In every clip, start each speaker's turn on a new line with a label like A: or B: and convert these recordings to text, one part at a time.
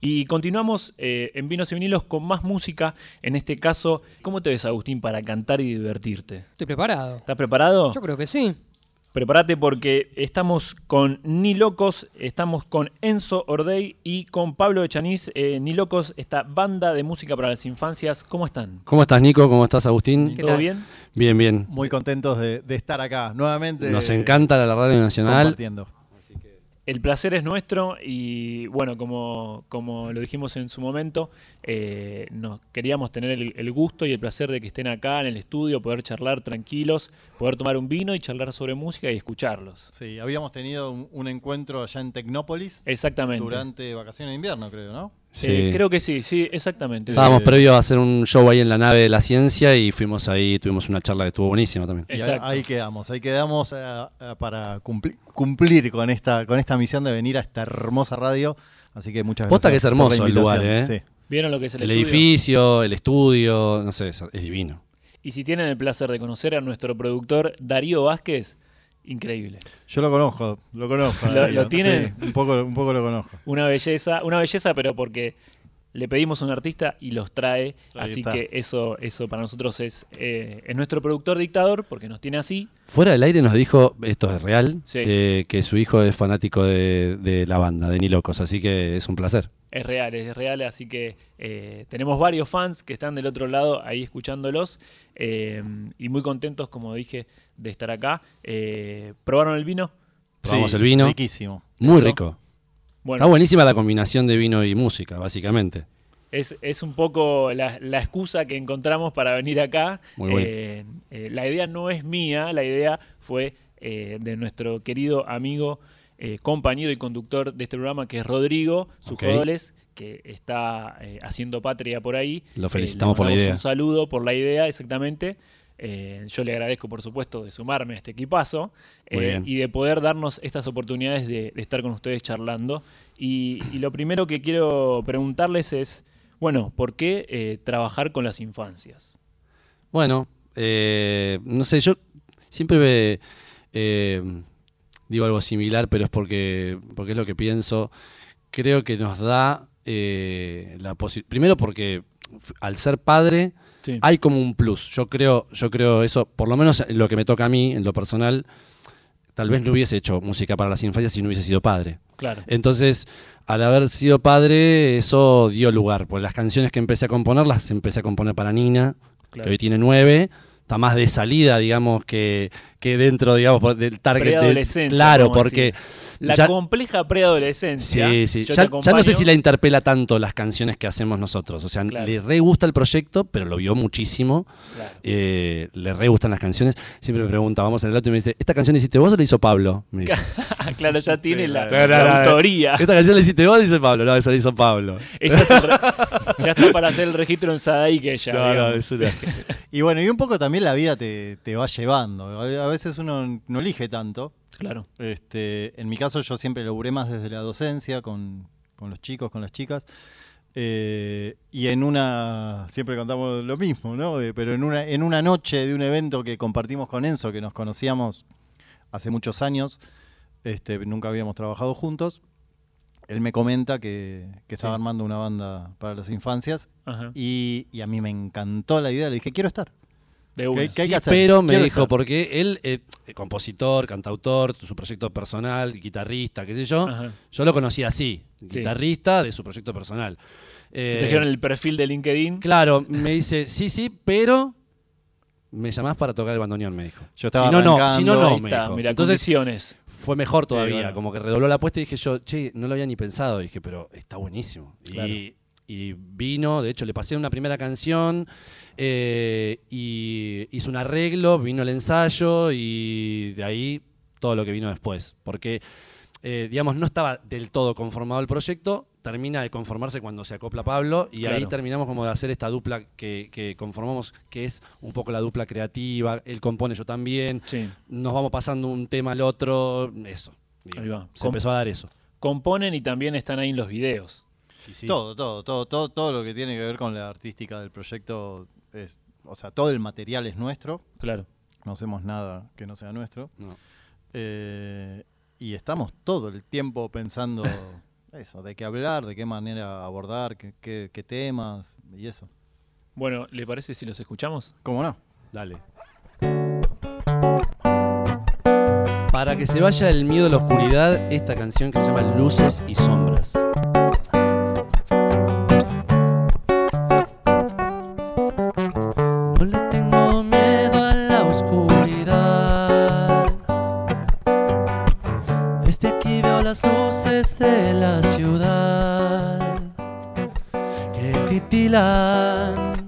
A: Y continuamos eh, en Vinos y Vinilos con más música. En este caso, ¿cómo te ves, Agustín, para cantar y divertirte?
B: Estoy preparado.
A: ¿Estás preparado?
B: Yo creo que sí.
A: Prepárate porque estamos con Ni Locos, estamos con Enzo Ordey y con Pablo Echanís. Eh, Ni Locos, esta banda de música para las infancias. ¿Cómo están?
C: ¿Cómo estás, Nico? ¿Cómo estás, Agustín?
B: ¿Qué
A: ¿Todo
B: tal?
A: bien?
C: Bien, bien.
D: Muy contentos de, de estar acá nuevamente.
C: Nos encanta la Radio Nacional.
D: Compartiendo.
A: El placer es nuestro y bueno, como, como lo dijimos en su momento, eh, nos queríamos tener el, el gusto y el placer de que estén acá en el estudio, poder charlar tranquilos, poder tomar un vino y charlar sobre música y escucharlos.
D: Sí, habíamos tenido un, un encuentro allá en Tecnópolis
A: Exactamente.
D: durante vacaciones de invierno, creo, ¿no?
C: Sí.
A: Eh, creo que sí, sí, exactamente.
C: Estábamos
D: Eh,
C: previo a hacer un show ahí en la nave de la ciencia y fuimos ahí, tuvimos una charla que estuvo buenísima también.
D: Y ahí-
A: Exacto.
D: ahí quedamos, ahí quedamos eh, eh, para cumpli- cumplir con esta, con esta misión de venir a esta hermosa radio. Así que muchas gracias.
C: Posta que es
D: por la
C: hermoso el lugar,
D: invitación.
C: ¿eh?
D: Sí.
A: ¿Vieron lo que es el,
C: El
A: estudio?
C: edificio, el estudio, no sé, es, es divino.
A: Y si tienen el placer de conocer a nuestro productor Darío Vázquez, increíble.
D: Yo lo conozco, lo conozco.
A: ¿Lo-
D: Darío.
A: lo tiene?
D: Sí, un, poco, un poco lo conozco.
A: Una belleza, una belleza, pero porque le pedimos a un artista y los trae.
D: Ahí
A: así
D: está.
A: que eso, eso para nosotros es, eh, es nuestro productor dictador, porque nos tiene así.
C: Fuera del aire nos dijo, esto es real,
A: Sí.
C: eh, que su hijo es fanático de, de la banda, de Ni Locos, así que es un placer.
A: Es real, es real, así que eh, tenemos varios fans que están del otro lado ahí escuchándolos eh, y muy contentos, como dije, de estar acá. Eh, ¿Probaron el vino?
C: Probamos el vino.
D: Riquísimo.
C: Muy
A: ¿no?
C: rico.
A: Bueno,
C: Está buenísima la combinación de vino y música, básicamente.
A: Es, es un poco la, la excusa que encontramos para venir acá.
C: Muy bueno.
A: Eh, eh, la idea no es mía, la idea fue eh, de nuestro querido amigo, eh, compañero y conductor de este programa, que es Rodrigo
C: Ok.
A: Sujodoles, que está eh, haciendo patria por ahí.
C: Lo
A: Eh,
C: felicitamos
A: le
C: por la
A: mandamos
C: idea.
A: Un saludo por la idea, exactamente. Eh, yo le agradezco, por supuesto, de sumarme a este equipazo
C: Muy
A: eh,
C: bien.
A: y de poder darnos estas oportunidades de, de estar con ustedes charlando. Y, y lo primero que quiero preguntarles es, bueno, ¿por qué eh, trabajar con las infancias?
C: Bueno, eh, no sé, yo siempre me, eh, digo algo similar, pero es porque, porque es lo que pienso. Creo que nos da eh, la posibilidad. Primero porque f- al ser padre
A: Sí.
C: hay como un plus. Yo creo, yo creo eso, por lo menos en lo que me toca a mí, en lo personal, tal vez no hubiese hecho música para las infancias si no hubiese sido padre.
A: Claro.
C: Entonces, al haber sido padre, eso dio lugar. Pues las canciones que empecé a componer, las empecé a componer para Nina,
A: Claro.
C: que hoy tiene nueve. Está más de salida, digamos, que, que dentro, digamos, por- del target.
A: Preadolescencia,
C: Del, claro,
A: vamos a
C: porque.
A: La
C: ya-
A: compleja preadolescencia.
C: Sí, sí.
A: Yo
C: Ya,
A: te
C: ya no sé
A: acompaño.
C: si la interpela tanto las canciones que hacemos nosotros. O sea,
A: Claro.
C: le re gusta el proyecto, pero lo vio muchísimo.
A: Claro.
C: Eh, le re gustan las canciones. Siempre me pregunta, vamos en el auto y me dice, ¿esta canción la hiciste vos o la hizo Pablo? Me dice.
A: Ah, claro, ya tiene la,
C: No, no,
A: la
C: no, no.
A: autoría.
C: ¿Esta canción la hiciste vos? Dice Pablo. No, esa la hizo Pablo.
A: Ella se re- ya está para hacer el registro en Sadai que ella.
C: No, no,
A: digamos.
C: es una.
D: Y bueno, y un poco también la vida te, te va llevando. A a veces uno no elige tanto.
A: Claro.
D: Este, en mi caso yo siempre laburé más desde la docencia con, con los chicos, con las chicas. Eh, y en una, siempre contamos lo mismo, ¿no? Eh, pero en una, en una noche de un evento que compartimos con Enzo, que nos conocíamos hace muchos años, este, nunca habíamos trabajado juntos, él me comenta que, que estaba armando una banda para las infancias
A: Ajá.
D: y, y a mí me encantó la idea, le dije, quiero estar.
A: De una.
D: ¿Qué- qué hay
C: Sí,
D: que hacer?
C: Pero me
D: Quiero
C: dijo,
D: estar.
C: porque él, eh, compositor, cantautor, su proyecto personal, guitarrista, qué sé yo,
A: Ajá.
C: yo lo conocía así,
A: Sí.
C: guitarrista de su proyecto personal. Eh,
A: Te dijeron el perfil de LinkedIn.
C: Claro, me dice, sí, sí, pero me llamás para tocar el bandoneón, me dijo.
D: Yo estaba
C: si no, no,
D: arrancando.
C: si no, no,
A: Ahí
C: me
A: está,
C: dijo.
A: mira,
C: Entonces
A: condiciones.
C: fue mejor todavía,
D: Sí, bueno.
C: como que redobló la apuesta y dije yo, che, no lo había ni pensado, dije, pero está buenísimo. Y-
A: Claro.
C: Y, vino, de hecho le pasé una primera canción eh, y hizo un arreglo, vino el ensayo y de ahí todo lo que vino después, porque eh, digamos, no estaba del todo conformado el proyecto, termina de conformarse cuando se acopla Pablo y ahí
A: Claro.
C: terminamos como de hacer esta dupla que, que conformamos, que es un poco la dupla creativa, él compone yo también,
A: Sí.
C: nos vamos pasando un tema al otro, eso. digo.
A: Ahí va.
C: Se
A: Com-
C: empezó a dar eso.
A: Componen y también están ahí en los videos.
D: Todo, todo, todo, todo, todo lo que tiene que ver con la artística del proyecto es, o sea, todo el material es nuestro,
A: Claro.
D: no hacemos nada que no sea nuestro.
C: No.
D: Eh, y estamos todo el tiempo pensando eso, de qué hablar, de qué manera abordar, qué, qué- qué temas y eso.
A: Bueno, ¿le parece si los escuchamos?
D: ¿Cómo no?
C: Dale. Para que se vaya el miedo a la oscuridad, esta canción que se llama Luces y Sombras. No le tengo miedo a la oscuridad. Desde aquí veo las luces de la ciudad que titilan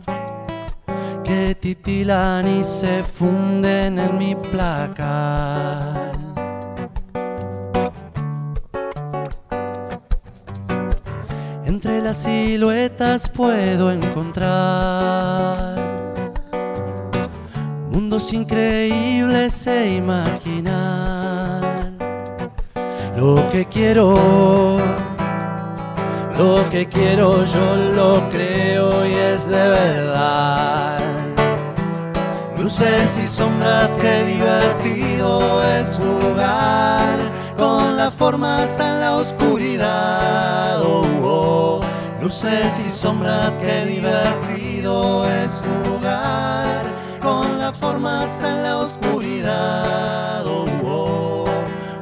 C: que titilan y se funden en mi placa. Entre las siluetas puedo encontrar mundos increíbles e imaginar lo que quiero. Lo que quiero yo lo creo y es de verdad. Luces y sombras, qué divertido es jugar con las formas en la oscuridad. Oh, oh. Luces y sombras, qué divertido es jugar con las formas en la oscuridad. Oh, oh,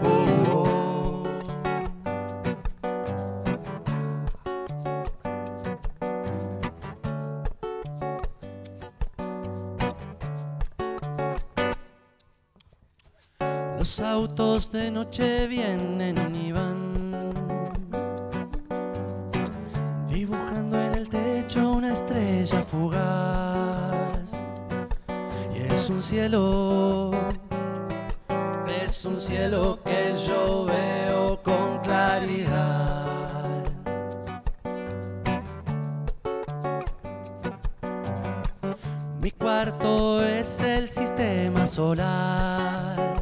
C: oh, oh. Los autos de noche vienen y van, dibujando en el techo una estrella fugaz. Y es un cielo, es un cielo que yo veo con claridad. Mi cuarto es el sistema solar.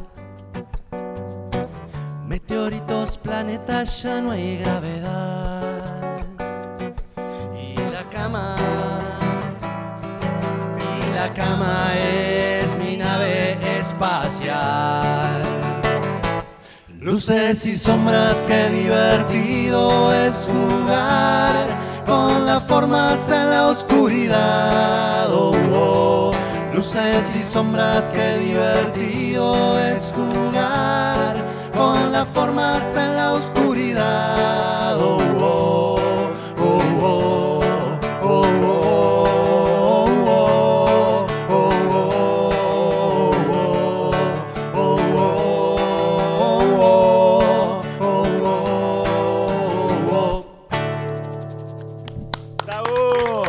C: Meteoritos, planetas, ya no hay gravedad. Y la cama, y la cama es mi nave espacial. Luces y sombras, qué divertido es jugar con las formas en la oscuridad. Oh, oh. Luces y sombras, qué divertido es jugar con las formas en la oscuridad. Oh, oh. Oh, oh. Oh, oh. Oh, oh. Oh, oh. Oh, oh.
A: ¡Bravo!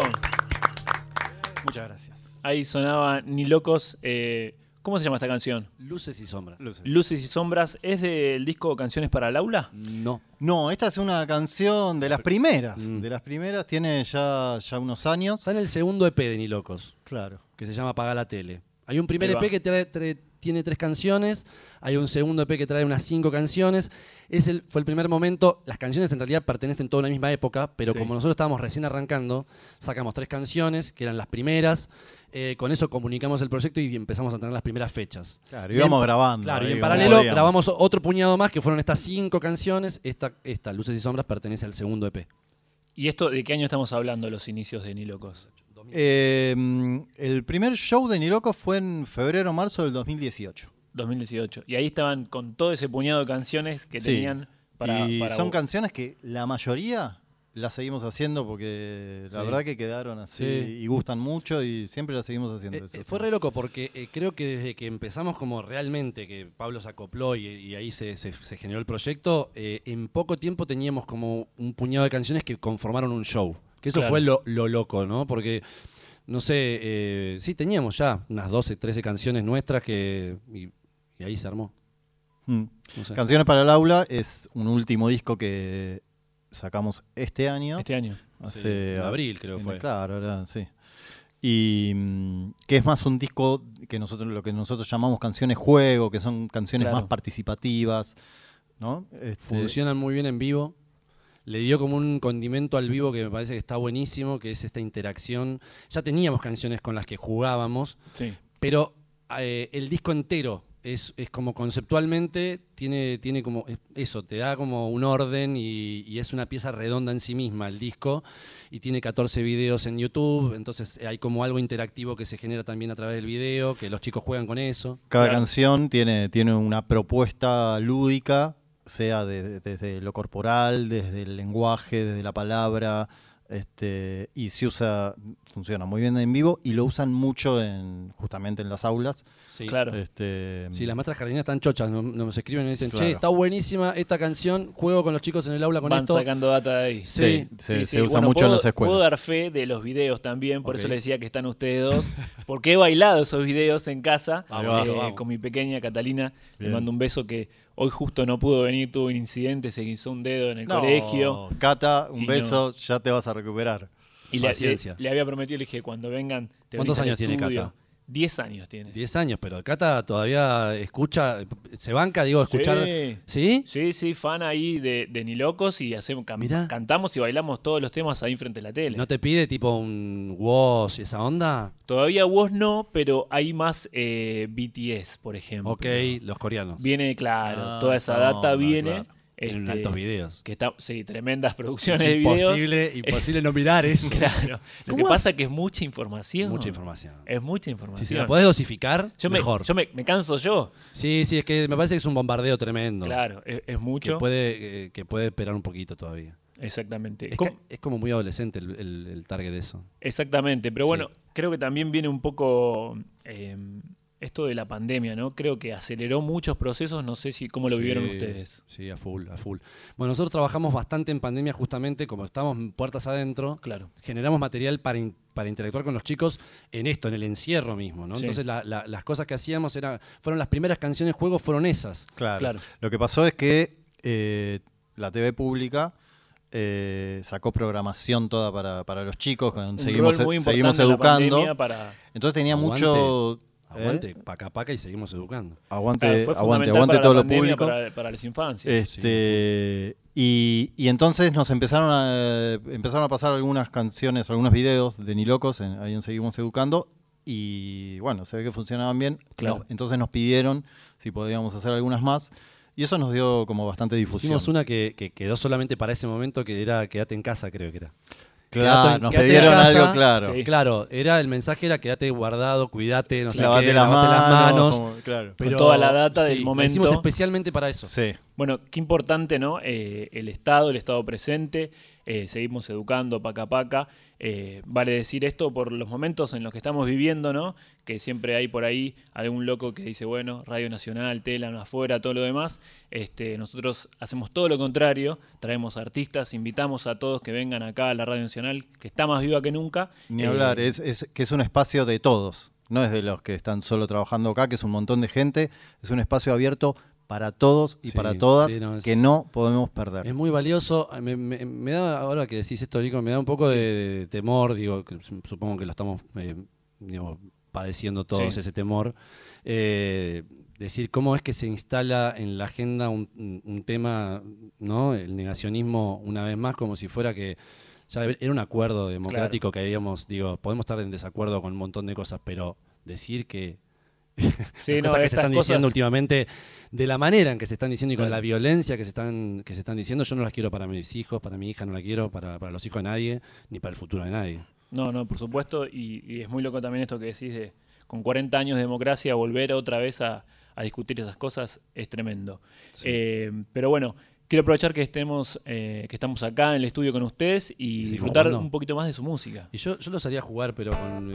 D: Muchas gracias.
A: Ahí sonaba Ni Locos. eh, ¿Cómo se llama esta canción?
C: Luces y sombras.
A: Luces y Sombras. ¿Es del disco Canciones para el Aula?
C: No.
D: No, esta es una canción de las primeras.
C: Mm.
D: De las primeras, tiene ya, ya unos años.
C: Está en el segundo EP de Ni Locos,
D: Claro.
C: que se llama Apaga la tele. Hay un primer
A: Ahí va.
C: EP que trae- trae- tiene tres canciones, hay un segundo EP que trae unas cinco canciones. Es el, fue el primer momento, las canciones en realidad pertenecen toda a una misma época, pero
A: Sí.
C: como nosotros estábamos recién arrancando, sacamos tres canciones, que eran las primeras. eh, con eso comunicamos el proyecto y empezamos a tener las primeras fechas.
D: Claro, íbamos
C: Y en-
D: grabando,
C: Claro, y
D: ahí,
C: en
D: como
C: paralelo
D: podíamos.
C: grabamos otro puñado más, que fueron estas cinco canciones. Esta, esta Luces y Sombras, pertenece al segundo E EP.
A: ¿Y esto de qué año estamos hablando, los inicios de Ni Locos?
D: Eh, mm, el primer show de Niroco fue en febrero marzo del 2018.
A: 2018. Y ahí estaban con todo ese puñado de canciones que
D: Sí.
A: tenían para.
D: y
A: para
D: son
A: vos.
D: canciones que la mayoría las seguimos haciendo porque la
C: Sí.
D: verdad que quedaron así
C: Sí.
D: y gustan mucho y siempre las seguimos haciendo.
C: Eh,
D: eso.
C: eh, fue re loco porque eh, creo que desde que empezamos como realmente, que Pablo se acopló y, y ahí se, se- se generó el proyecto, eh, en poco tiempo teníamos como un puñado de canciones que conformaron un show. Que eso
A: Claro.
C: fue lo, lo loco, ¿no? Porque, no sé, eh, sí, teníamos ya unas 12, 13 canciones nuestras que... Y, y ahí se armó.
D: Mm.
C: no sé.
D: Canciones para el aula es un último disco que sacamos este año.
A: Este año.
D: hace-
C: Sí, en abril creo
D: en-
C: fue.
D: Claro, ahora sí. Y mm, que es más un disco que nosotros lo que nosotros llamamos canciones juego, que son canciones
A: Claro.
D: más participativas, ¿no? Este,
C: Funcionan muy bien en vivo. Le dio como un condimento al vivo que me parece que está buenísimo, que es esta interacción. Ya teníamos canciones con las que jugábamos,
A: Sí.
C: pero eh, el disco entero es, es como conceptualmente tiene, tiene como es- eso, te da como un orden y, y es una pieza redonda en sí misma el disco y tiene 14 videos en YouTube, entonces hay como algo interactivo que se genera también a través del video, que los chicos juegan con eso.
D: Cada
A: Claro.
D: canción tiene, tiene una propuesta lúdica, sea de- de- desde lo corporal, desde el lenguaje, desde la palabra, este, y se usa, funciona muy bien en vivo y lo usan mucho en, justamente en las aulas.
C: Sí.
A: Claro.
D: Este,
C: Sí, las maestras jardineras están chochas, no- nos, escriben y nos dicen,
D: Claro.
C: che, está buenísima esta canción, juego con los chicos en el aula con
A: Van
C: esto.
A: sacando data de ahí.
C: Sí,
D: sí, se,
A: Sí,
D: se
A: sí.
D: usa
A: Bueno,
D: mucho
A: puedo-
D: en las
A: Puedo
D: escuelas.
A: dar fe de los videos también, por eso
C: Ok.
A: les decía que están ustedes dos, porque he bailado esos videos en casa eh,
C: Ahí
D: va.
C: Vamos.
A: con mi pequeña Catalina.
D: Bien.
A: Le mando un beso que hoy justo no pudo venir, tuvo un incidente, se guinzó un dedo en el
D: No,
A: colegio.
D: Cata, un
A: Y no.
D: beso, ya te vas a recuperar.
A: Y le, le,
C: Paciencia.
A: le había prometido, le dije, cuando vengan, te
C: ¿Cuántos
A: venís al
C: años tiene
A: estudio.
C: Cata?
A: Diez años tiene.
C: 10 años, pero Cata todavía escucha, se banca, digo, escuchar.
A: Sí.
C: ¿Sí?
A: Sí, sí, fan ahí de, de Ni Locos y hacemos, can-
C: Mirá.
A: cantamos y bailamos todos los temas ahí frente a la tele.
C: ¿No te pide tipo un Woz y esa onda?
A: Todavía vos no, pero hay más eh, BTS, por ejemplo.
C: Ok, los coreanos.
A: Viene, claro,
D: Ah,
A: toda esa
D: no,
A: data
D: no,
A: viene.
D: claro.
C: Tienen
A: este,
C: altos videos.
A: Que está, sí, tremendas producciones de
C: Es
A: videos.
C: imposible, imposible no mirar eso.
A: Claro. Lo que
C: ¿Cómo
A: pasa que es mucha información.
C: Mucha información.
A: Es mucha
C: Si
A: información.
C: se la podés dosificar,
A: yo me,
C: mejor.
A: yo me, me canso yo.
C: Sí, sí, es que me parece que es un bombardeo tremendo.
A: Claro, es, es
C: Que
A: mucho.
C: puede, eh, que puede esperar un poquito todavía.
A: Exactamente.
C: Es,
A: Eh, ¿Cómo-
C: ca- es como muy adolescente el, el- el target de eso.
A: Exactamente, pero
C: Sí.
A: bueno, creo que también viene un poco eh, esto de la pandemia, ¿no? Creo que aceleró muchos procesos, no sé si cómo lo
C: Sí,
A: vivieron ustedes.
C: Sí, a full, a full. Bueno, nosotros trabajamos bastante en pandemia justamente, como estamos puertas adentro,
A: Claro.
C: generamos material para, in- para interactuar con los chicos en esto, en el encierro mismo, ¿no?
A: Sí.
C: Entonces la- la- las cosas que hacíamos eran, fueron las primeras canciones juego fueron esas.
D: Claro.
A: Claro.
D: Lo que pasó es que eh, la TV pública eh, sacó programación toda para, para los chicos, con-
A: Un
D: seguimos,
A: rol muy
D: e-
A: importante
D: seguimos
A: en la
D: educando.
A: pandemia para,
D: Entonces tenía
C: Aguante.
D: mucho...
C: Aguante,
D: ¿eh?
C: paca paca y seguimos educando.
D: Aguante,
A: claro, fue
D: aguante,
A: fundamental
D: aguante
A: para
D: todo
A: la
D: lo
A: pandemia,
D: público.
A: Para, para las infancias.
D: Este, y, y entonces nos empezaron a, empezaron a pasar algunas canciones, algunos videos de Ni Locos, en, ahí en Seguimos Educando, y bueno, se ve que funcionaban bien.
A: Claro.
D: No, entonces nos pidieron si podíamos hacer algunas más, y eso nos dio como bastante difusión.
C: Hicimos una que, que quedó solamente para ese momento que era quédate en casa, creo que era.
D: Claro,
C: Quedate-
D: nos
C: quedate en
D: pidieron
C: casa.
D: algo claro.
A: Sí.
C: Claro, era el mensaje era quédate guardado, cuídate, no sé
D: Lavate
C: qué,
D: las
C: lavate las
D: manos,
C: manos.
D: como- claro.
A: Con toda la data del
C: la hicimos
A: momento.
C: especialmente para eso.
D: Sí.
A: Bueno, qué importante, ¿no? Eh, el Estado, el Estado presente, eh, seguimos educando, paca paca. Eh, vale decir esto por los momentos en los que estamos viviendo, ¿no? Que siempre hay por ahí algún loco que dice, bueno, Radio Nacional, Tela, afuera, todo lo demás. Este, nosotros hacemos todo lo contrario, traemos artistas, invitamos a todos que vengan acá a la Radio Nacional, que está más viva que nunca.
D: Ni
A: Eh,
D: hablar, es, es que es un espacio de todos, no es de los que están solo trabajando acá, que es un montón de gente, es un espacio abierto para todos y
C: Sí,
D: para todas
C: sí, no, es-
D: que no podemos perder.
C: Es muy valioso. Ah, Me, me- me da, ahora que decís esto, Nico, me da un poco de, de temor, digo, que supongo que lo estamos eh, digamos, padeciendo todos
A: Sí.
C: ese temor. Eh, decir cómo es que se instala en la agenda un, un- un tema, ¿no? El negacionismo, una vez más, como si fuera que. Ya era un acuerdo democrático que habíamos, digo, podemos estar en desacuerdo con un montón de cosas, pero decir que
A: sí, no,
C: las cosas que se
A: estas
C: están
A: cosas-
C: diciendo últimamente, de la manera en que se están diciendo y con
A: Claro.
C: la violencia que se están que se están diciendo, yo no las quiero para mis hijos, para mi hija no la quiero, para, para los hijos de nadie, ni para el futuro de nadie.
A: No, no, por supuesto, y, y es muy loco también esto que decís de con 40 años de democracia volver otra vez a, a discutir esas cosas es tremendo. Eh, pero bueno, quiero aprovechar que estemos, eh, que estamos acá en el estudio con ustedes y
C: Sí,
A: disfrutar
C: jugando.
A: un poquito más de su música.
C: Y yo, yo los haría jugar, pero con. eh,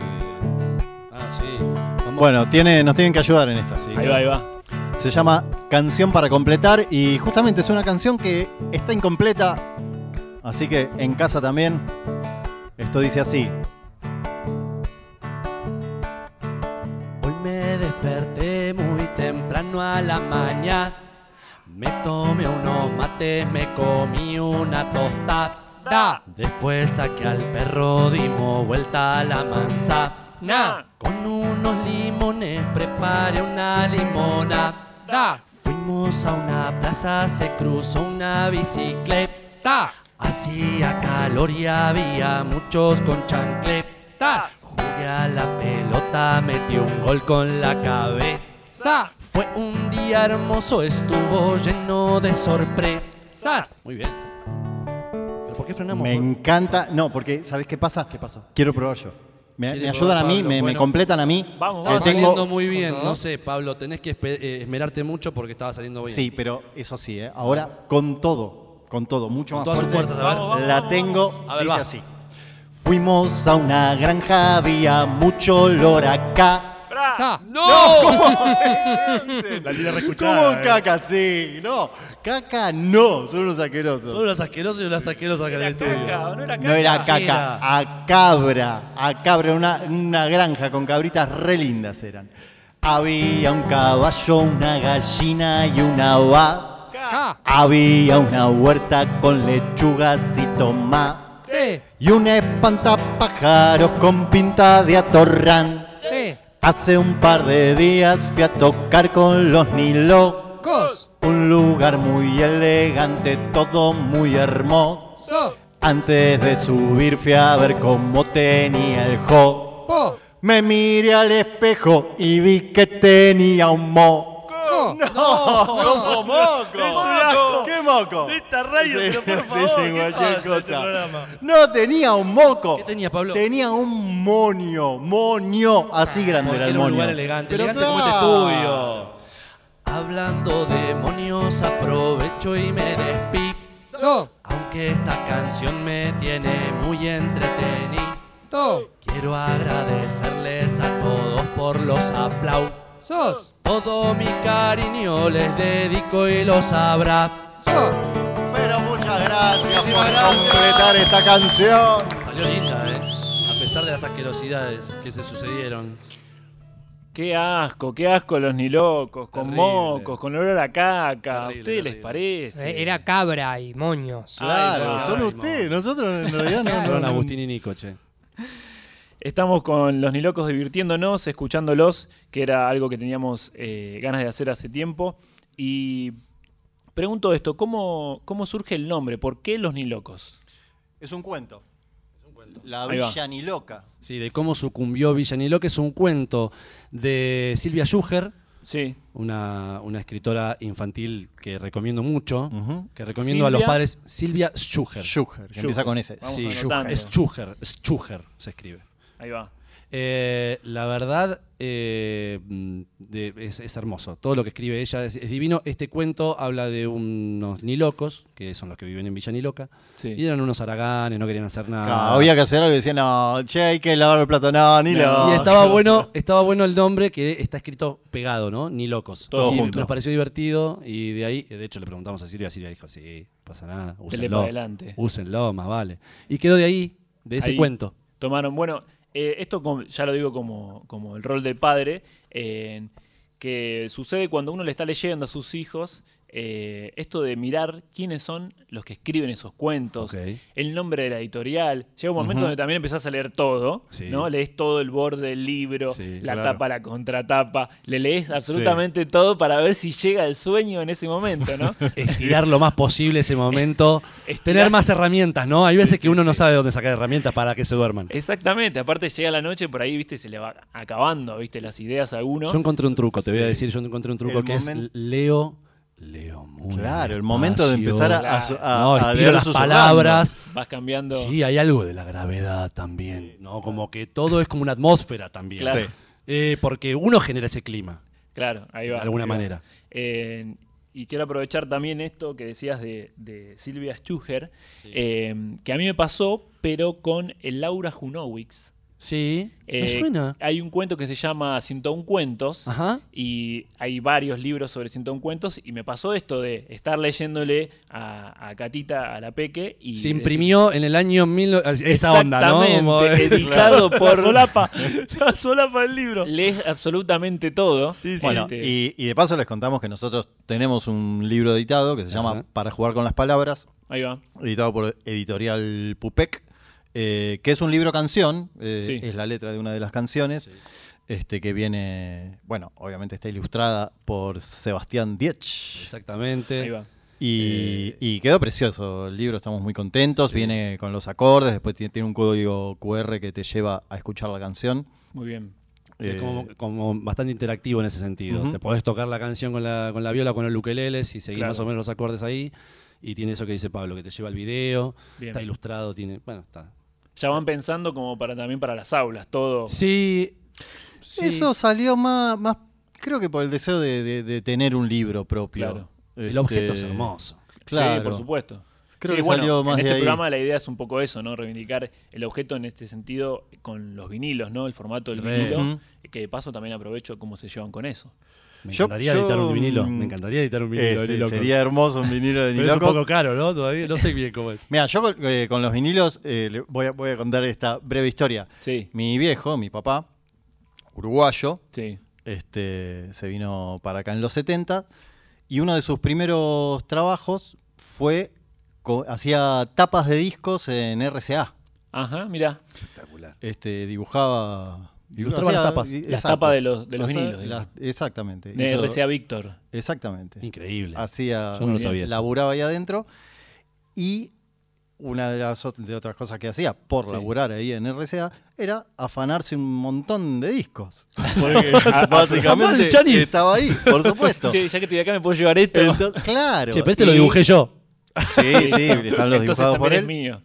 C: Ah, sí. Vamos.
D: Bueno, tiene, nos tienen que ayudar en esta.
C: Sí,
A: Ahí va, ahí va.
D: Se llama Canción para completar y justamente es una canción que está incompleta, así que en casa también. Esto dice así.
C: Hoy me desperté muy temprano a la mañana. Me tomé unos mates, me comí una tostada. Después saqué al perro, dimos vuelta a la mansa. Con unos limones preparé una limona. Fuimos a una plaza, se cruzó una bicicleta. Hacía calor y había muchos con chancletas. Jugué a la pelota, metí un gol con la cabeza. Fue un día hermoso, estuvo lleno de sorpresas.
B: ¡Sas!
C: Muy bien. ¿Pero por qué frenamos?
D: Me encanta. No, porque ¿sabes qué pasa?
C: ¿Qué pasó?
D: Quiero probar yo. Me,
C: Quiere
D: me ayudan
C: probar
D: a mí,
C: Pablo,
D: me, me
C: bueno.
D: completan a mí.
A: Vamos,
D: Eh,
A: vamos.
C: Estaba
D: tengo-
C: saliendo muy bien,
B: Con todo.
C: no sé, Pablo, tenés que espe- eh, esmerarte mucho porque estaba saliendo bien.
D: Sí, pero eso sí, ¿eh? ahora con todo, con todo, mucho
C: Con
D: más
C: todas sus
D: fuerte.
C: fuerzas, a ver.
A: Vamos, vamos,
D: La
A: vamos,
D: tengo,
C: A ver,
D: dice
C: va.
D: así. Fuimos a una granja, había mucho olor acá.
B: ¡Sa!
C: ¡No!
D: La tiene ¿Cómo
C: eh.
D: caca? Sí, no. Caca no, son unos asquerosos.
C: Solo las asquerosas y las asquerosas acá en el
A: Era caca,
C: estudio.
A: ¿o no era caca?
D: No era caca,
C: Era.
D: a cabra, a cabra, una, una granja con cabritas re lindas eran. Había un caballo, una gallina y una va.
B: ¡Ca!
D: Había una huerta con lechugas y tomá.
B: ¡Te!
D: Y un espantapájaros con pinta de atorrán.
B: ¡Te!
D: Hace un par de días fui a tocar con los Nilo.
B: ¡Cos!
D: Un lugar muy elegante, todo muy hermoso.
B: ¡So!
D: Antes de subir fui a ver cómo tenía el jo.
B: ¡Po!
D: Me miré al espejo y vi que tenía un mo.
B: ¡Co!
D: ¡No! ¡Como moco!
C: ¡Es un asco!
D: ¡Qué moco!
C: De esta radio, pero por favor, ¿qué pasa en este programa?
D: No, tenía un moco.
C: ¿Qué tenía, Pablo?
D: Tenía un moño, moño, así grande
C: Porque
D: era el
C: era un
D: moño.
C: lugar elegante,
D: Pero
C: elegante como este
D: claro.
C: estudio. Hablando de monios, aprovecho y me despido.
B: ¡Do!
C: Aunque esta canción me tiene muy entretenido,
B: ¡Do!
C: quiero agradecerles a todos por los aplausos.
B: ¡Sos!
C: Todo mi cariño les dedico y lo sabrá.
B: ¡So!
D: Pero muchas gracias
C: Muchísimas
D: por
C: gracias.
D: completar esta canción.
C: Salió linda, ¿eh? A pesar de las asquerosidades que se sucedieron.
A: Qué asco, qué asco los ni locos, con
C: Terrible.
A: mocos, con olor a caca. ¿A
C: Terrible,
A: ustedes les
C: terrible.
A: parece?
B: Eh, Era cabra y moños.
D: Ah, Claro,
C: no,
D: son
C: ay,
D: ustedes, nosotros en realidad no. no,
C: Fueron
D: no.
C: Agustín y Nico, che.
A: Estamos con los Nilocos divirtiéndonos, escuchándolos, que era algo que teníamos eh, ganas de hacer hace tiempo. Y pregunto esto, ¿cómo, cómo surge el nombre? ¿Por qué los Nilocos?
D: Es un cuento. La
A: Ahí va.
D: Villa ni loca.
C: Sí, de cómo sucumbió Villaniló, que es un cuento de Silvia Schuher,
A: Sí.
C: una, una escritora infantil que recomiendo mucho,
D: Ujú.
C: que recomiendo a los
A: Silvia-
C: padres. Silvia Schuher.
D: Schuher, que empieza con ese.
A: Vamos
C: Sí,
A: anotando.
C: es Schuher, Schuher se escribe.
A: Ahí va.
C: Eh, la verdad eh, mm, de- es, es hermoso. Todo lo que escribe ella es, es divino. Este cuento habla de unos nilocos, que son los que viven en Villa Niloca.
A: Sí.
C: Y eran unos araganes, no querían hacer nada.
D: Claro, Ah. había que hacer algo y decía, no, che, hay que lavar el plato. No, ni lo.
C: Y estaba bueno, estaba bueno el nombre que está escrito pegado, ¿no? Ni locos.
D: Todo
C: Y
D: junto.
C: Nos pareció divertido y de ahí, de hecho, le preguntamos a Silvia. Silvia dijo, sí, no pasa nada, úsenlo.
A: para adelante.
C: Úsenlo, más vale. Y quedó de ahí, de ese
A: Ahí
C: cuento.
A: Tomaron, bueno, eh, esto com- ya lo digo como, como el rol del padre, eh, que sucede cuando uno le está leyendo a sus hijos eh, esto de mirar quiénes son los que escriben esos cuentos,
C: Ok.
A: el nombre de la editorial. Llega un momento donde también empezás a leer todo,
C: Sí.
A: ¿no? Lees todo el borde del libro,
C: Sí,
A: la
D: claro.
A: tapa, la contratapa, le lees absolutamente todo para ver si llega el sueño en ese momento, ¿no?
C: Estirar lo más posible ese momento.
A: Estirar.
C: Tener más herramientas, ¿no? Hay veces que uno no sabe dónde sacar herramientas para que se duerman.
D: Eh,
A: Exactamente, aparte llega la noche, por ahí, viste, se le va acabando, viste, las ideas a uno.
C: Yo encontré un truco, te voy a decir, yo encontré un truco
D: El
C: que
D: momen-
C: es leo, leo muy
D: Claro, el momento de
C: despacio.
D: empezar a, a, su- a-
C: no,
D: a
C: estiro
D: leer
C: las
D: sus
C: palabras.
A: Vas cambiando.
C: Sí, hay algo de la gravedad también, ¿no? Como que todo es como una atmósfera también.
A: Claro. Sí.
C: Eh, porque uno genera ese clima.
A: Claro, ahí va.
C: De alguna
A: ahí va.
C: manera.
A: Eh, y quiero aprovechar también esto que decías de, de Silvia Schuher, eh, que a mí me pasó, pero con el Laura Junowicz.
C: Sí, me
A: Eh,
C: suena.
A: Hay un cuento que se llama 101 cuentos.
C: Ajá.
A: Y hay varios libros sobre 101 cuentos. Y me pasó esto de estar leyéndole a, a Catita, a la Peque. Y
C: Se
A: decir-
C: imprimió en el año mil... Esa onda, ¿no?
A: Exactamente,
C: Como-
A: editado por
C: La solapa.
A: La solapa del libro. Lees absolutamente todo.
D: Bueno,
A: Este,
D: y, y de paso les contamos que nosotros tenemos un libro editado que se llama
C: Ajá.
D: Para jugar con las palabras,
A: Ahí va.
D: editado por Editorial Pupec, eh, que es un libro canción, eh,
A: Sí.
D: es la letra de una de las canciones, este que viene, bueno, obviamente está ilustrada por Sebastián Diech.
C: Exactamente.
A: Ahí va.
C: Eh,
D: Y, y quedó precioso el libro, estamos muy contentos. Viene con los acordes, después tiene, tiene un código QR que te lleva a escuchar la canción.
A: Muy bien.
C: Sí, es
D: Eh,
C: como, como bastante interactivo en ese sentido.
D: Ujú.
C: Te podés tocar la canción con la, con la viola, con el ukelele, si seguís
A: Claro.
C: más o menos los acordes ahí. Y tiene eso que dice Pablo, que te lleva al video,
A: Bien.
C: está ilustrado, tiene. Bueno, está.
A: Ya van pensando como para también para las aulas, todo.
C: Sí. sí.
D: Eso salió más, más, creo que por el deseo de, de- de tener un libro propio.
A: Claro.
C: El
D: Este,
C: objeto es hermoso.
D: Claro.
A: Sí, por supuesto.
D: Creo
A: Sí,
D: que
A: bueno,
D: salió más
A: en este
D: de ahí.
A: programa la idea es un poco eso, ¿no? Reivindicar el objeto en este sentido con los vinilos, ¿no? El formato del
C: Re.
A: vinilo.
D: Ujú.
A: Que de paso también aprovecho cómo se llevan con eso.
C: Me
D: Yo-
C: encantaría
D: yo,
C: editar un vinilo.
D: mm,
C: Me encantaría editar un vinilo.
D: Este,
C: ni loco.
D: sería hermoso un vinilo de
C: Pero es un
D: Nilocos.
C: poco caro, ¿no? Todavía no sé bien cómo es.
D: Mira, yo con, eh, con los vinilos eh, le voy, a, voy a contar esta breve historia.
A: Sí,
D: Mi viejo, mi papá, uruguayo,
A: sí.
D: este, se vino para acá en los 70 y uno de sus primeros trabajos fue, co- hacía tapas de discos en RCA.
A: Ajá, mira.
C: Espectacular.
D: Este, dibujaba...
C: Ilustraba
D: hacía-
C: las tapas.
D: i-
A: Las
D: exacto.
A: tapas de los- de los
D: Hacía
A: vinilos,
D: las- exactamente.
A: De
D: Hizo-
A: RCA Víctor.
D: Exactamente.
C: Increíble.
D: hacía
C: Yo no lo
D: muy bien,
C: sabía esto.
D: laburaba ahí adentro y una de las ot- de otras cosas que hacía por
A: Sí.
D: laburar ahí en RCA era afanarse un montón de discos
A: Ah,
D: básicamente
C: el chanis.
D: estaba ahí por supuesto
A: Che, ya que estoy acá me puedo llevar esto.
D: Entonces, claro
C: Che, pero este lo
D: y-
C: dibujé yo.
D: sí sí están los
A: Entonces
D: dibujados
A: también
D: por
A: es
D: él
A: mío.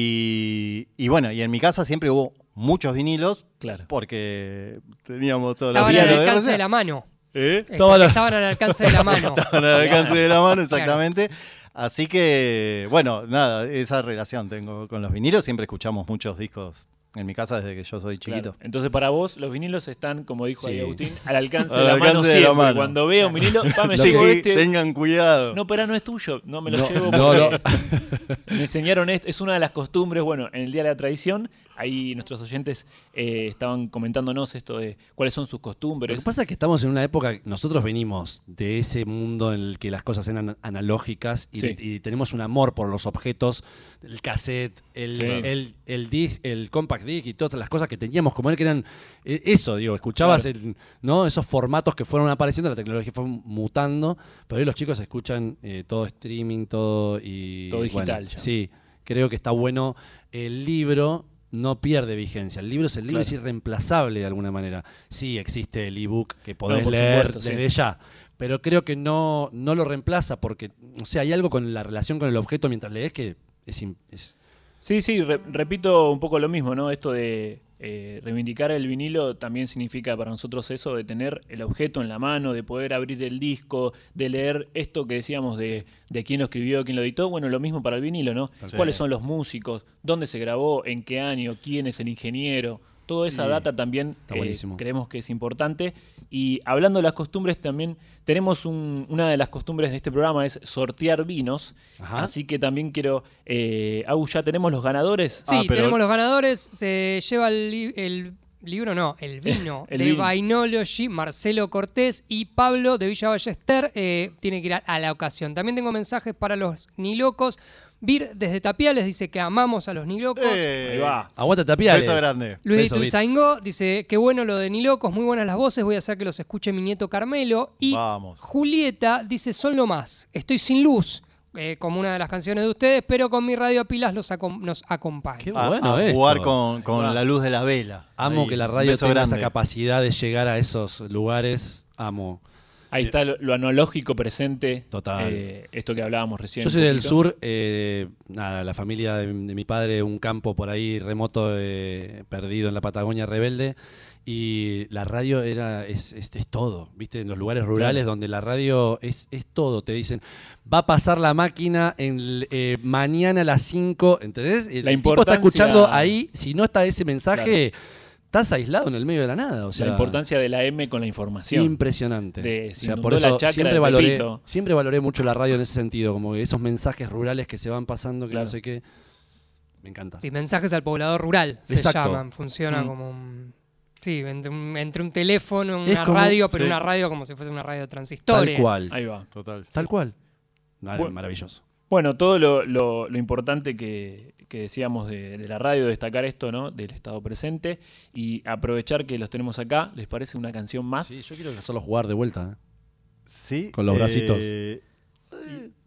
D: y, y bueno y en mi casa siempre hubo muchos vinilos
A: Claro.
D: porque teníamos todos los
B: Estaban al
D: vinilos de
B: alcance
D: RCA
B: de la mano.
D: ¿Eh?
B: Eh,
C: Estaban al-
B: Estaban al alcance de la mano.
D: Estaban al alcance de la mano, exactamente. Así que, bueno, nada, esa relación tengo con los vinilos. Siempre escuchamos muchos discos en mi casa desde que yo soy chiquito.
A: Claro. Entonces, para vos, los vinilos están, como dijo
C: Sí.
A: ahí Agustín, al alcance,
D: Al
A: de, la
D: alcance
A: mano
D: de la
A: siempre.
D: mano.
A: Cuando veo un vinilo, pa, me
D: Así
A: llevo
D: que
A: este.
D: tengan cuidado.
A: No, pero no es tuyo. No me lo
C: No,
A: llevo
C: no,
A: porque me enseñaron esto. Es una de las costumbres. Bueno, en el Día de la Tradición, ahí nuestros oyentes eh, estaban comentándonos esto de cuáles son sus
C: Lo
A: costumbres.
C: que pasa es que estamos en una época, nosotros venimos de ese mundo en el que las cosas eran an- analógicas y,
A: Sí.
C: y tenemos un amor por los objetos, el cassette, el,
A: Sí.
C: el, el disc, el compact disc y todas las cosas que teníamos como él que eran eh, eso, digo, escuchabas el- ¿no? esos formatos que fueron apareciendo, la tecnología fue mutando, pero hoy los chicos escuchan eh, todo streaming, todo y
A: Todo digital
C: bueno,
A: ya.
C: Sí, creo que está bueno el libro no pierde vigencia. El libro es el libro,
A: Claro.
C: es irreemplazable de alguna manera. Sí, existe el ebook que podés
A: por
C: leer
A: supuesto, sí.
C: desde ya. Pero creo que no, no lo reemplaza porque, o sea, hay algo con la relación con el objeto mientras lees que es, im- es-
A: Sí, sí, re- repito un poco lo mismo, ¿no? Esto de eh, reivindicar el vinilo también significa para nosotros eso de tener el objeto en la mano, de poder abrir el disco, de leer esto que decíamos de, de quién lo escribió, quién lo editó. Bueno, lo mismo para el vinilo, ¿no?
C: Sí.
A: ¿Cuáles son los músicos? ¿Dónde se grabó? ¿En qué año? ¿Quién es el ingeniero? Toda esa data también
C: Mm.
A: eh,
C: Está buenísimo.
A: creemos que es importante. Y hablando de las costumbres, también tenemos un- una de las costumbres de este programa es sortear vinos.
C: Ajá.
A: Así que también quiero. Eh, Agus, ya tenemos los ganadores.
B: Sí,
D: Ah, pero-
B: tenemos los ganadores. Se lleva el, li- el libro, no, el vino
A: El
B: de
A: vino.
B: Vinology, Marcelo Cortés y Pablo de Villa Ballester. eh, tiene que ir a, a la ocasión. También tengo mensajes para los nilocos. Vir desde Tapiales dice que amamos a los nilocos.
D: Eh,
A: Ahí va.
C: Aguanta tapiales.
D: Beso grande.
B: Luis
C: Beso, Vic.
B: Ituzaingó dice, qué bueno lo de Nilocos, muy buenas las voces, voy a hacer que los escuche mi nieto Carmelo. Y
D: Vamos.
B: Julieta dice, son lo más, estoy sin luz, eh, como una de las canciones de ustedes, pero con mi radio a pilas los acom- nos acompaña.
C: Qué
D: A,
C: bueno
D: a
C: esto.
D: jugar con, con
A: Ahí va.
D: la luz de la vela.
C: Amo
D: Ahí,
C: que la
D: un
C: radio
D: beso
C: tenga esa
D: grande.
C: capacidad de llegar a esos lugares. Amo.
A: Ahí está lo, lo analógico presente.
C: Total.
A: eh, esto que hablábamos recién.
C: Yo soy del
A: poquito.
C: sur, eh, nada, la familia de, de mi padre, un campo por ahí remoto, eh, perdido en la Patagonia rebelde, y la radio era es, es- es todo, ¿viste? En los lugares rurales donde la radio es, es todo, te dicen, va a pasar la máquina en, el- eh, mañana a las 5, ¿entendés? El
A: La
C: tipo está
A: importancia-
C: escuchando ahí, si no está ese mensaje, estás aislado en el medio de la nada, o sea,
A: la importancia de la M con la información.
C: Impresionante.
A: De-
C: o
A: se
C: sea,
A: inundó
C: por
A: la
C: eso
A: chacra
C: siempre
A: de
C: valoré,
A: Pepito.
C: siempre valoré mucho la radio en ese sentido, como que esos mensajes rurales que se van pasando, que
A: Claro.
C: no sé qué. Me encanta.
B: Sí, mensajes al poblador rural se
C: Exacto.
B: llaman, funciona
A: Mm.
B: como un... Sí, entre un, entre un teléfono,
C: Es
B: una
C: como-
B: radio, pero
D: sí.
B: una radio como si fuese una radio de
C: Tal
B: transistores.
C: cual.
A: Ahí va.
D: Total.
C: Tal cual. Mar-
A: Bueno.
C: Maravilloso.
A: Bueno, todo lo, lo- lo importante que, que decíamos de, de la radio, destacar esto, ¿no? Del estado presente y aprovechar que los tenemos acá. ¿Les parece una canción más?
C: Sí, yo quiero hacerlo jugar de vuelta.
D: Sí.
C: Con los bracitos.
D: eh,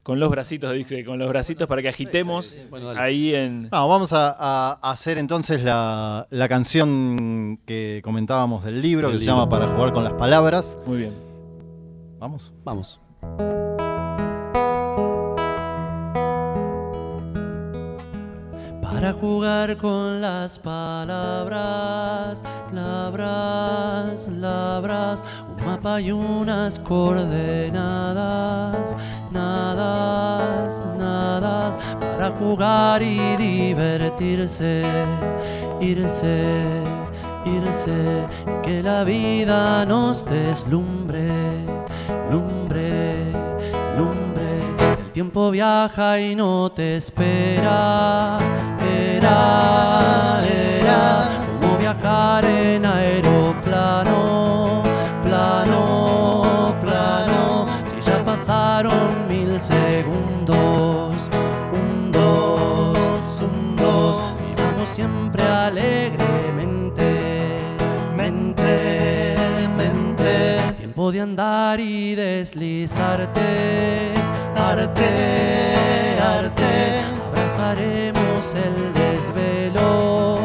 A: Con los bracitos, dice, con los bracitos para que agitemos
E: Bueno, dale.
A: ahí en...
C: Ah.
D: No, vamos a, a- a hacer entonces la, la canción que comentábamos del libro,
E: Del
D: que se
E: libro.
D: llama Para jugar con las palabras.
A: Muy bien.
D: Vamos.
E: Vamos. Para jugar con las palabras, labras, labras, un mapa y unas coordenadas, nadas, nadas, para jugar y divertirse, irse, irse, y que la vida nos deslumbre lumbre, lumbre. El tiempo viaja y no te espera. Era, era como viajar en aeroplano, plano, plano. Si ya pasaron mil segundos, un, dos, un, dos. Vivamos siempre alegremente, mente, mente. Tiempo de andar y deslizarte, arte, arte. Abrazaremos el desvelo,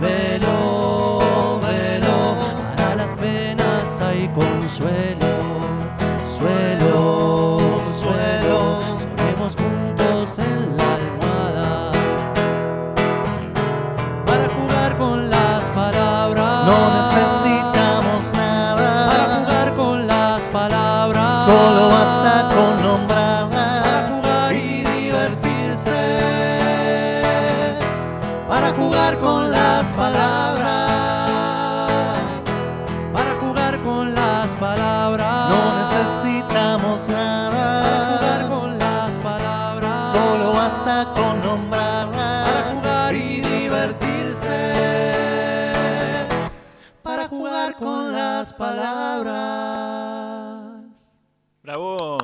E: velo, velo. Para las penas hay consuelo, suelo, suelo. Soñemos juntos en la almohada para jugar con las palabras.
D: No necesitamos
E: para
D: nada,
E: jugar con las palabras.
D: solo basta con
E: para
D: nombrarlas.
E: jugar y divertirse. Para jugar con las palabras. Para jugar con las palabras.
D: No necesitamos
E: Para jugar
D: nada,
E: con las palabras.
D: solo basta con
E: para
D: nombrarlas.
E: jugar y divertirse, para jugar con las palabras.
A: Bravo.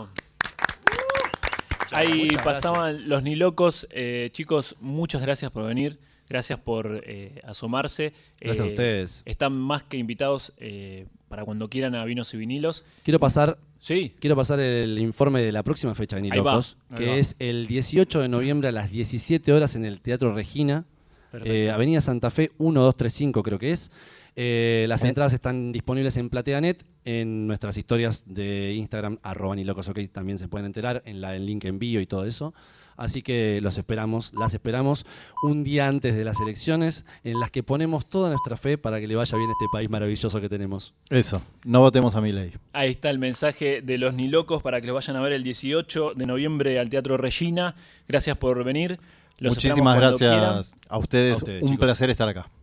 A: Ahí
E: muchas
A: pasaban los Nilocos. Eh, chicos, muchas gracias por venir. Gracias por eh, asomarse.
E: Gracias a
A: Eh,
E: ustedes.
A: Están más que invitados eh, para cuando quieran a Vinos y Vinilos.
E: Quiero pasar,
A: Sí,
E: quiero pasar el informe de la próxima fecha de Ni
A: Ahí va,
E: Locos,
A: ahí
E: que
A: va.
E: es el 18 de noviembre a las 17 horas en el Teatro Regina,
A: Perfecto.
E: eh, Avenida Santa Fe 1235 creo que es. Eh, las entradas están disponibles en PlateaNet, en nuestras historias de Instagram, arroba ni locos, ok, también se pueden enterar, en la, el link envío y todo eso. Así que los esperamos, las esperamos un día antes de las elecciones, en las que ponemos toda nuestra fe para que le vaya bien a este país maravilloso que tenemos.
D: Eso, no votemos a mi ley.
A: ahí está el mensaje de los Nilocos para que los vayan a ver el 18 de noviembre al Teatro Regina. Gracias por venir. Los esperamos
D: Muchísimas
A: cuando quieran.
D: gracias a ustedes.
E: A ustedes,
D: Un
E: chicos.
D: placer estar acá.